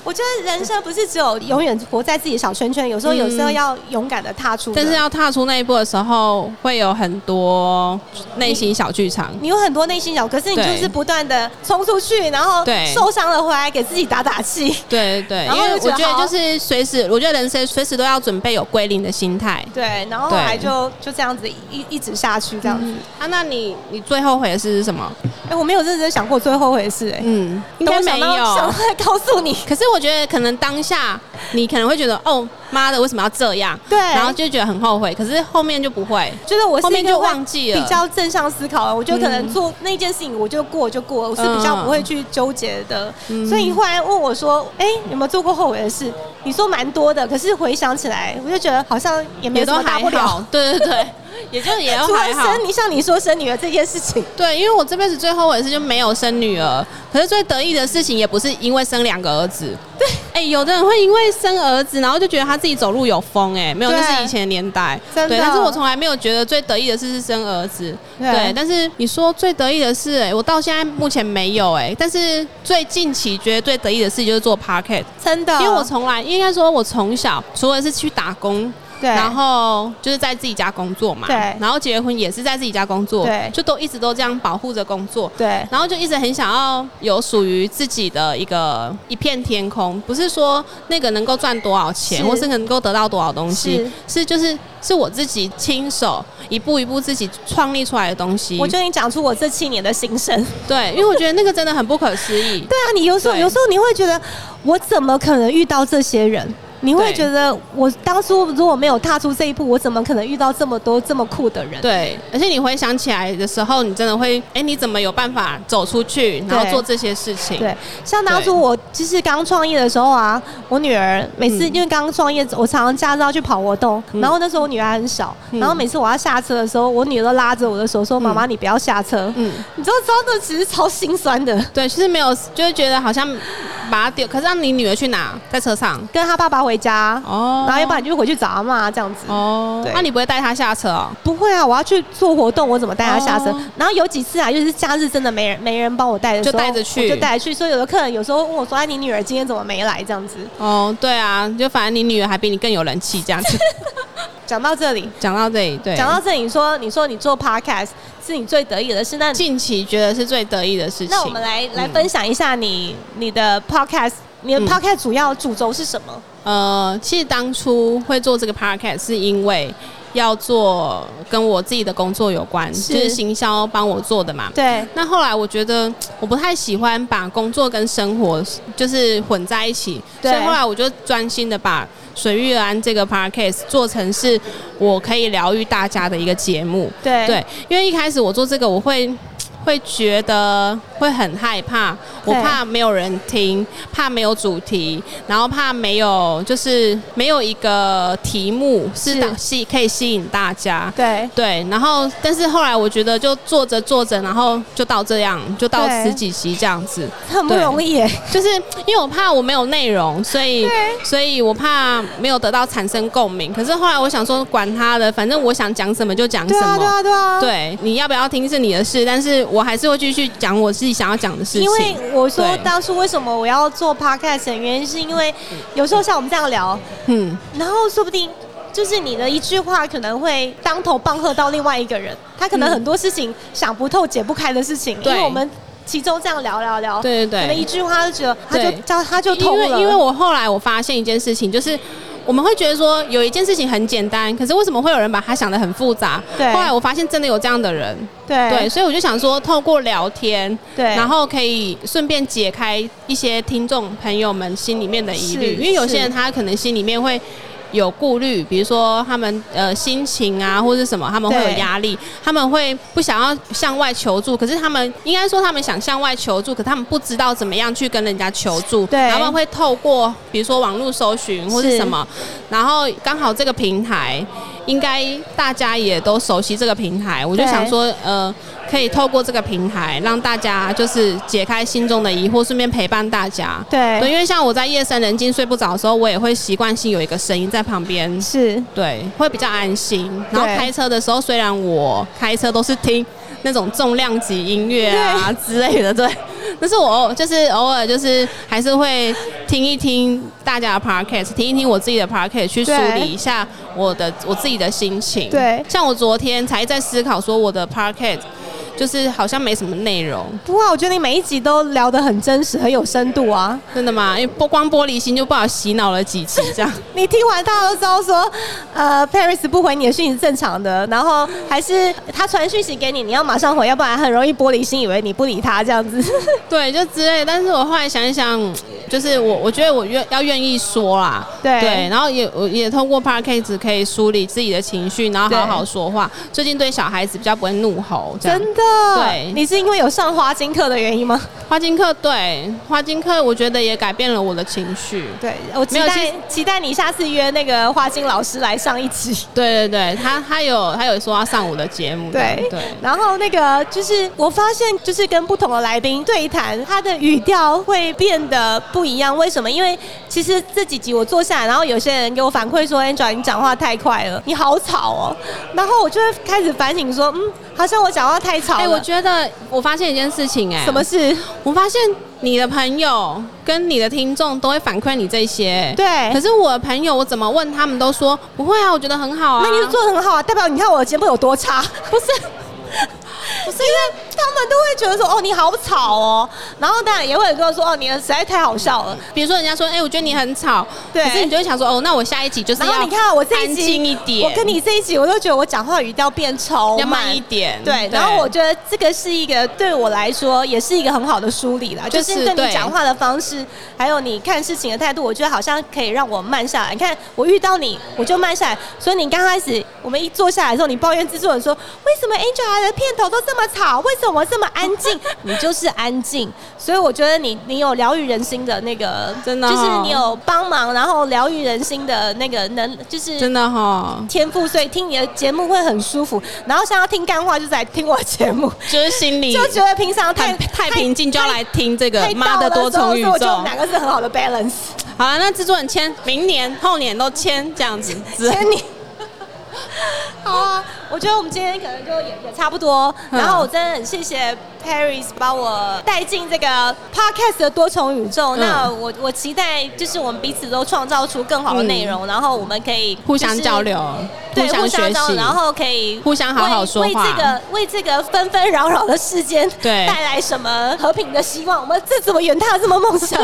Speaker 1: 我觉得人生不是只有永远活在自己的小圈圈，有时候有时候要勇敢的踏出。
Speaker 2: 但是要踏出那一步的时候，会有很多内心小剧场。
Speaker 1: 你有很多内心小，可是你
Speaker 2: 对
Speaker 1: 就是不断的冲出去，然后
Speaker 2: 对
Speaker 1: 受伤了回来给自己打打气。
Speaker 2: 对对，
Speaker 1: 然
Speaker 2: 因
Speaker 1: 后
Speaker 2: 为
Speaker 1: 就
Speaker 2: 我觉
Speaker 1: 觉得啊
Speaker 2: 得就是随时，我觉得人生随时都要准备有归零的心态。
Speaker 1: 对，然后后来
Speaker 2: 对
Speaker 1: 就就这样子一一直下去这样子。
Speaker 2: 啊，那你你最后悔的事是什么？
Speaker 1: 哎、我没有认真想过最后悔的事、哎、
Speaker 2: 嗯，应
Speaker 1: 等
Speaker 2: 该
Speaker 1: 我
Speaker 2: 没
Speaker 1: 想到想
Speaker 2: 有
Speaker 1: 到。来告诉你。
Speaker 2: 可是我觉得可能当下你可能会觉得，哦妈的，为什么要这样？
Speaker 1: 对
Speaker 2: 然后就觉得很后悔。可是后面就不会。
Speaker 1: 就是我是
Speaker 2: 后面
Speaker 1: 一个
Speaker 2: 就
Speaker 1: 会
Speaker 2: 忘记了
Speaker 1: 比较正向思考了。我觉得可能
Speaker 2: 嗯
Speaker 1: 做那件事情，我就过就过了，我是比较
Speaker 2: 嗯
Speaker 1: 不会去纠结的。
Speaker 2: 嗯
Speaker 1: 所以你忽然问我说：“哎、有没有做过后悔的事？”你说蛮多的，可是回想起来，我就觉得好像也没
Speaker 2: 也
Speaker 1: 有什
Speaker 2: 都
Speaker 1: 么
Speaker 2: 还
Speaker 1: 大不
Speaker 2: 好
Speaker 1: 了。，
Speaker 2: 对对对，也就也都
Speaker 1: 除了
Speaker 2: 还好。
Speaker 1: 生你像你说生女儿这件事情，
Speaker 2: 对，因为我这辈子最后悔的事就没有生女儿，可是最得意的事情也不是因为生两个儿子。对，哎、有的人会因为生儿子，然后就觉得他自己走路有风、哎，没有，
Speaker 1: 对
Speaker 2: 那是以前的年代。
Speaker 1: 真的
Speaker 2: 对，但是我从来没有觉得最得意的事是生儿子。
Speaker 1: 对
Speaker 2: 对，但是你说最得意的事、哎，我到现在目前没有、哎，但是最近期觉得最
Speaker 1: 嗯
Speaker 2: 得意的事就是做 p o c k e t
Speaker 1: 真的，
Speaker 2: 因为我从来应该说，我从小除了是去打工，
Speaker 1: 对
Speaker 2: 然后就是在自己家工作嘛，
Speaker 1: 对
Speaker 2: 然后结婚也是在自己家工作，
Speaker 1: 对
Speaker 2: 就都一直都这样保护着工作，
Speaker 1: 对
Speaker 2: 然后就一直很想要有属于自己的一个一片天空，不是说那个能够赚多少钱，
Speaker 1: 是
Speaker 2: 或是能够得到多少东西，是就是是我自己亲手一步一步自己创立出来的东西。
Speaker 1: 我就已经讲出我这七年的心声。
Speaker 2: 对，因为我觉得那个真的很不可思议。
Speaker 1: 对啊，你有时候
Speaker 2: 对
Speaker 1: 有时候你会觉得，我怎么可能遇到这些人？你会
Speaker 2: 对
Speaker 1: 觉得，我当初如果没有踏出这一步，我怎么可能遇到这么多这么酷的人？
Speaker 2: 对，而且你回想起来的时候，你真的会，哎、你怎么有办法走出去，然后
Speaker 1: 对
Speaker 2: 做这些事情？
Speaker 1: 对，像当初
Speaker 2: 对
Speaker 1: 我就是刚创业的时候啊，我女儿每次
Speaker 2: 嗯
Speaker 1: 因为刚创业，我常常驾照去跑活动，
Speaker 2: 嗯
Speaker 1: 然后那时候我女儿还很小，
Speaker 2: 嗯
Speaker 1: 然后每次我要下车的时候，我女儿都拉着我的手说：“妈妈，你不要下车。”
Speaker 2: 嗯，
Speaker 1: 你知道，真的其实超心酸的，
Speaker 2: 对，其实没有，就会觉得好像把它丢，可是让你女儿去哪？在车上
Speaker 1: 跟她爸爸回家，
Speaker 2: 哦，
Speaker 1: 然后要不然你就回去找阿妈这样子。
Speaker 2: 哦，
Speaker 1: 对
Speaker 2: 那、你不会带她下车哦？
Speaker 1: 不会啊，我要去做活动，我怎么带他下车？
Speaker 2: 哦
Speaker 1: 然后有几次啊，就是假日真的没人没人帮我带的时候，
Speaker 2: 就带着去
Speaker 1: 我就带着去。所以有的客人有时候问我说：“哎，你女儿今天怎么没来？”这样子。
Speaker 2: 哦，对啊，就反正你女儿还比你更有人气，这样 子。
Speaker 1: 讲到这里，
Speaker 2: 讲到这里，对，
Speaker 1: 讲到这里，你说你说你做 podcast 是你最得意的事，那
Speaker 2: 近期觉得是最得意的事情。
Speaker 1: 那我们来来
Speaker 2: 嗯
Speaker 1: 分享一下你你的 podcast，你的
Speaker 2: 嗯
Speaker 1: podcast 主要主轴是什么？
Speaker 2: 呃，其实当初会做这个 podcast 是因为要做跟我自己的工作有关，
Speaker 1: 是
Speaker 2: 就是行销帮我做的嘛。
Speaker 1: 对，
Speaker 2: 那后来我觉得我不太喜欢把工作跟生活就是混在一起，
Speaker 1: 对
Speaker 2: 所以后来我就专心的把水玉安这个 podcast 做成是我可以疗愈大家的一个节目。
Speaker 1: 对
Speaker 2: 对，因为一开始我做这个，我会会觉得会很害怕，我
Speaker 1: 对
Speaker 2: 怕没有人听，怕没有主题，然后怕没有就是没有一个题目是
Speaker 1: 是
Speaker 2: 打吸可以吸引大家。
Speaker 1: 对
Speaker 2: 对，然后但是后来我觉得就做着做着，然后就到这样，就到
Speaker 1: 对
Speaker 2: 十几集这样子，
Speaker 1: 很不
Speaker 2: 对
Speaker 1: 容易耶。
Speaker 2: 就是因为我怕我没有内容，所以
Speaker 1: 对
Speaker 2: 所以我怕没有得到产生共鸣。可是后来我想说，管他的，反正我想讲什么就讲
Speaker 1: 对
Speaker 2: 什
Speaker 1: 啊，
Speaker 2: 么。
Speaker 1: 对啊，对啊。
Speaker 2: 对，你要不要听是你的事，但是我还是会继续讲我自己想要讲的事情。
Speaker 1: 因为我说
Speaker 2: 对
Speaker 1: 当初为什么我要做 podcast 的原因，是因为有时候像我们这样聊，
Speaker 2: 嗯，
Speaker 1: 然后说不定就是你的一句话可能会当头棒喝到另外一个人，他可能
Speaker 2: 嗯
Speaker 1: 很多事情想不透、解不开的事情，因
Speaker 2: 对
Speaker 1: 为我们其中这样聊聊聊，
Speaker 2: 对对
Speaker 1: 可能一
Speaker 2: 对，
Speaker 1: 句话就觉得他就
Speaker 2: 对
Speaker 1: 叫他就
Speaker 2: 因
Speaker 1: 通
Speaker 2: 为
Speaker 1: 了，
Speaker 2: 因为我后来我发现一件事情，就是。我们会觉得说有一件事情很简单，可是为什么会有人把它想得很复杂？
Speaker 1: 对
Speaker 2: 后来我发现真的有这样的人，
Speaker 1: 对
Speaker 2: 对，所以我就想说，透过聊天，
Speaker 1: 对
Speaker 2: 然后可以顺便解开一些听众朋友们心里面的疑虑，
Speaker 1: 是
Speaker 2: 因为有些人
Speaker 1: 是
Speaker 2: 他可能心里面会。有顾虑，比如说他们呃心情啊，或是什么，他们会
Speaker 1: 对
Speaker 2: 有压力，他们会不想要向外求助，可是他们应该说他们想向外求助，可他们不知道怎么样去跟人家求助，
Speaker 1: 对
Speaker 2: 他们会透过比如说网络搜寻或
Speaker 1: 是
Speaker 2: 是什么，然后刚好这个平台应该大家也都熟悉这个平台，我就
Speaker 1: 对
Speaker 2: 想说。说呃，可以透过这个平台让大家就是解开心中的疑惑，顺便陪伴大家。
Speaker 1: 对
Speaker 2: 对，因为像我在夜深人静睡不着的时候，我也会习惯性有一个声音在旁边，
Speaker 1: 是
Speaker 2: 对，会比较安心。然后
Speaker 1: 对
Speaker 2: 开车的时候，虽然我开车都是听那种重量级音乐啊之类的，对， 但是我偶就是偶尔就是还是会听一听大家的 podcast，听一听我自己的 podcast，去梳
Speaker 1: 对
Speaker 2: 理一下我的我自己的心情。
Speaker 1: 对
Speaker 2: 像我昨天才在思考说我的 podcast 就是好像没什么内容，
Speaker 1: 不过我觉得你每一集都聊得很真实，很有深度啊。
Speaker 2: 真的吗？因为不光玻璃心就不好洗脑了几集这样。
Speaker 1: 你听完大家都知道说，呃，Paris 不回你的讯息是正常的，然后还是他传讯息给你，你要马上回，要不然很容易玻璃心，以为你不理他这样子。
Speaker 2: 对，就之类的。但是我后来想一想，就是我我觉得我愿要愿意说啦，
Speaker 1: 对
Speaker 2: 然后也我也通过 p a r k a s 可以梳理自己的情绪，然后
Speaker 1: 对
Speaker 2: 好好说话。最近对小孩子比较不会怒吼，这样
Speaker 1: 真。的，
Speaker 2: 对
Speaker 1: 你是因为有上花金课的原因吗？
Speaker 2: 花金课对花金课，我觉得也改变了我的情绪。
Speaker 1: 对，我
Speaker 2: 没
Speaker 1: 期
Speaker 2: 有其
Speaker 1: 待
Speaker 2: 实
Speaker 1: 期待你下次约那个花金老师来上一集。
Speaker 2: 对对对，他他有他有说要上我的节目，
Speaker 1: 对
Speaker 2: 对。
Speaker 1: 然后那个就是我发现，就是跟不同的来宾对谈，他的语调会变得不一样。为什么？因为其实这几集我坐下来，然后有些人给我反馈说 a n g e l 你讲话太快了，你好吵哦。然后我就会开始反省说，嗯，好像我讲话太吵了。
Speaker 2: 哎、我觉得我发现一件事情、哎，
Speaker 1: 什么？事？
Speaker 2: 我发现你的朋友跟你的听众都会反馈你这些、哎
Speaker 1: 对
Speaker 2: 可是我的朋友，我怎么问他们都说不会啊，我觉得很好啊。
Speaker 1: 那你就做的很好啊，代表你看我的节目有多差，不是？不是 因为他们都会觉得说，哦，你好吵哦，然后当然也会有人跟我说，哦，你的实在太好笑了。
Speaker 2: 比如说人家说，哎、我觉得你很吵，
Speaker 1: 对
Speaker 2: 可是你就会想说，哦，那我下一集就是
Speaker 1: 然
Speaker 2: 要
Speaker 1: 后你看我这一
Speaker 2: 安
Speaker 1: 集，
Speaker 2: 静一点，
Speaker 1: 我跟你这一集，我都觉得我讲话语调变超
Speaker 2: 要
Speaker 1: 慢
Speaker 2: 慢一。点，
Speaker 1: 对，然后我觉得这个是一个对我来说也是一个很好的梳理啦，就
Speaker 2: 就是
Speaker 1: 是对你
Speaker 2: 对
Speaker 1: 讲话的方式，还有你看事情的态度，我觉得好像可以让我慢下来。你看我遇到你，我就慢下来。所以你刚开始我们一坐下来的时候，你抱怨制作人说为什么 Angela 的片头都这么吵，为什么这么安静？你就是安静。所以我觉得你你有疗愈人心的那个，
Speaker 2: 真的哦
Speaker 1: 就是你有帮忙，然后疗愈人心的那个能，就是
Speaker 2: 真的哦哈，
Speaker 1: 天赋，所以听你的节目会很舒服。然后像要听干话，就是来听我节 目，
Speaker 2: 就是心里
Speaker 1: 就觉得平常太
Speaker 2: 很太平静，就要来听这个
Speaker 1: 太
Speaker 2: 《妈的多重宇
Speaker 1: 太到
Speaker 2: 宙
Speaker 1: 了之后所以我觉得我们》。两个是很好的 balance。
Speaker 2: 好了，那制作人签，明年、后年都签这样子。之
Speaker 1: 签你。 好啊，我觉得我们今天可能就也也差不多。
Speaker 2: 嗯
Speaker 1: 然后我真的很谢谢 Paris 把我带进这个 podcast 的多重宇宙。
Speaker 2: 嗯
Speaker 1: 那我我期待就是我们彼此都创造出更好的内容，然后我们可以
Speaker 2: 互相交，流，
Speaker 1: 就是对，互相
Speaker 2: 学
Speaker 1: 交流，
Speaker 2: 习，
Speaker 1: 然后可以
Speaker 2: 互相好好说话
Speaker 1: 为为这个为这个纷纷扰扰的世间
Speaker 2: 对
Speaker 1: 带来什么和平的希望？我们这怎么远大这么梦想？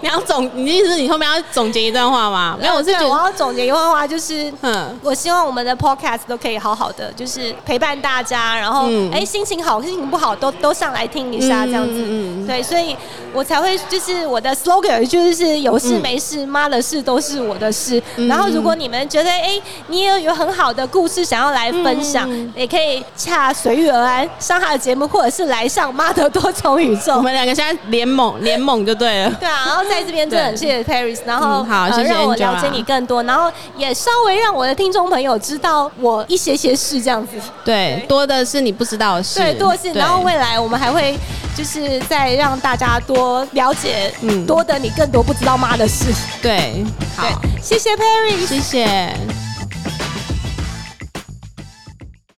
Speaker 2: 你要总，你意思是你后面要总结一段话吗？ 没有，我是觉
Speaker 1: 对我
Speaker 2: 得，
Speaker 1: 要总结一句 话，就是
Speaker 2: 嗯，
Speaker 1: 我希望我们的 podcast 都可以好好的，就是陪伴大家，然后哎、
Speaker 2: 嗯
Speaker 1: 诶心情好、心情不好都都上来听一下
Speaker 2: 嗯
Speaker 1: 这样子。
Speaker 2: 嗯嗯
Speaker 1: 对，所以我才会就是我的 slogan 有一句就是有事没事，妈、的事都是我的事。
Speaker 2: 嗯
Speaker 1: 然后如果你们觉得哎、诶你也有很好的故事想要来分享，
Speaker 2: 嗯
Speaker 1: 也可以洽随遇而安上他的节目，或者是来上妈的多重宇宙
Speaker 2: 我。们两个现在联盟联盟就对了。
Speaker 1: 对啊，然后在这边真的 很谢谢 Paris，然后、呃
Speaker 2: 嗯好谢谢
Speaker 1: 让我了
Speaker 2: Angela
Speaker 1: 解你更多，然后也稍微让我的听众朋友知道我一些些事这样子，
Speaker 2: 对，多的是你不知道的事，
Speaker 1: 对，多的是，
Speaker 2: 对
Speaker 1: 然后未来我们还会就是再让大家多了解，
Speaker 2: 嗯
Speaker 1: 多的你更多不知道妈的事，
Speaker 2: 对，好，
Speaker 1: 对，谢谢 Paris。
Speaker 2: 谢谢。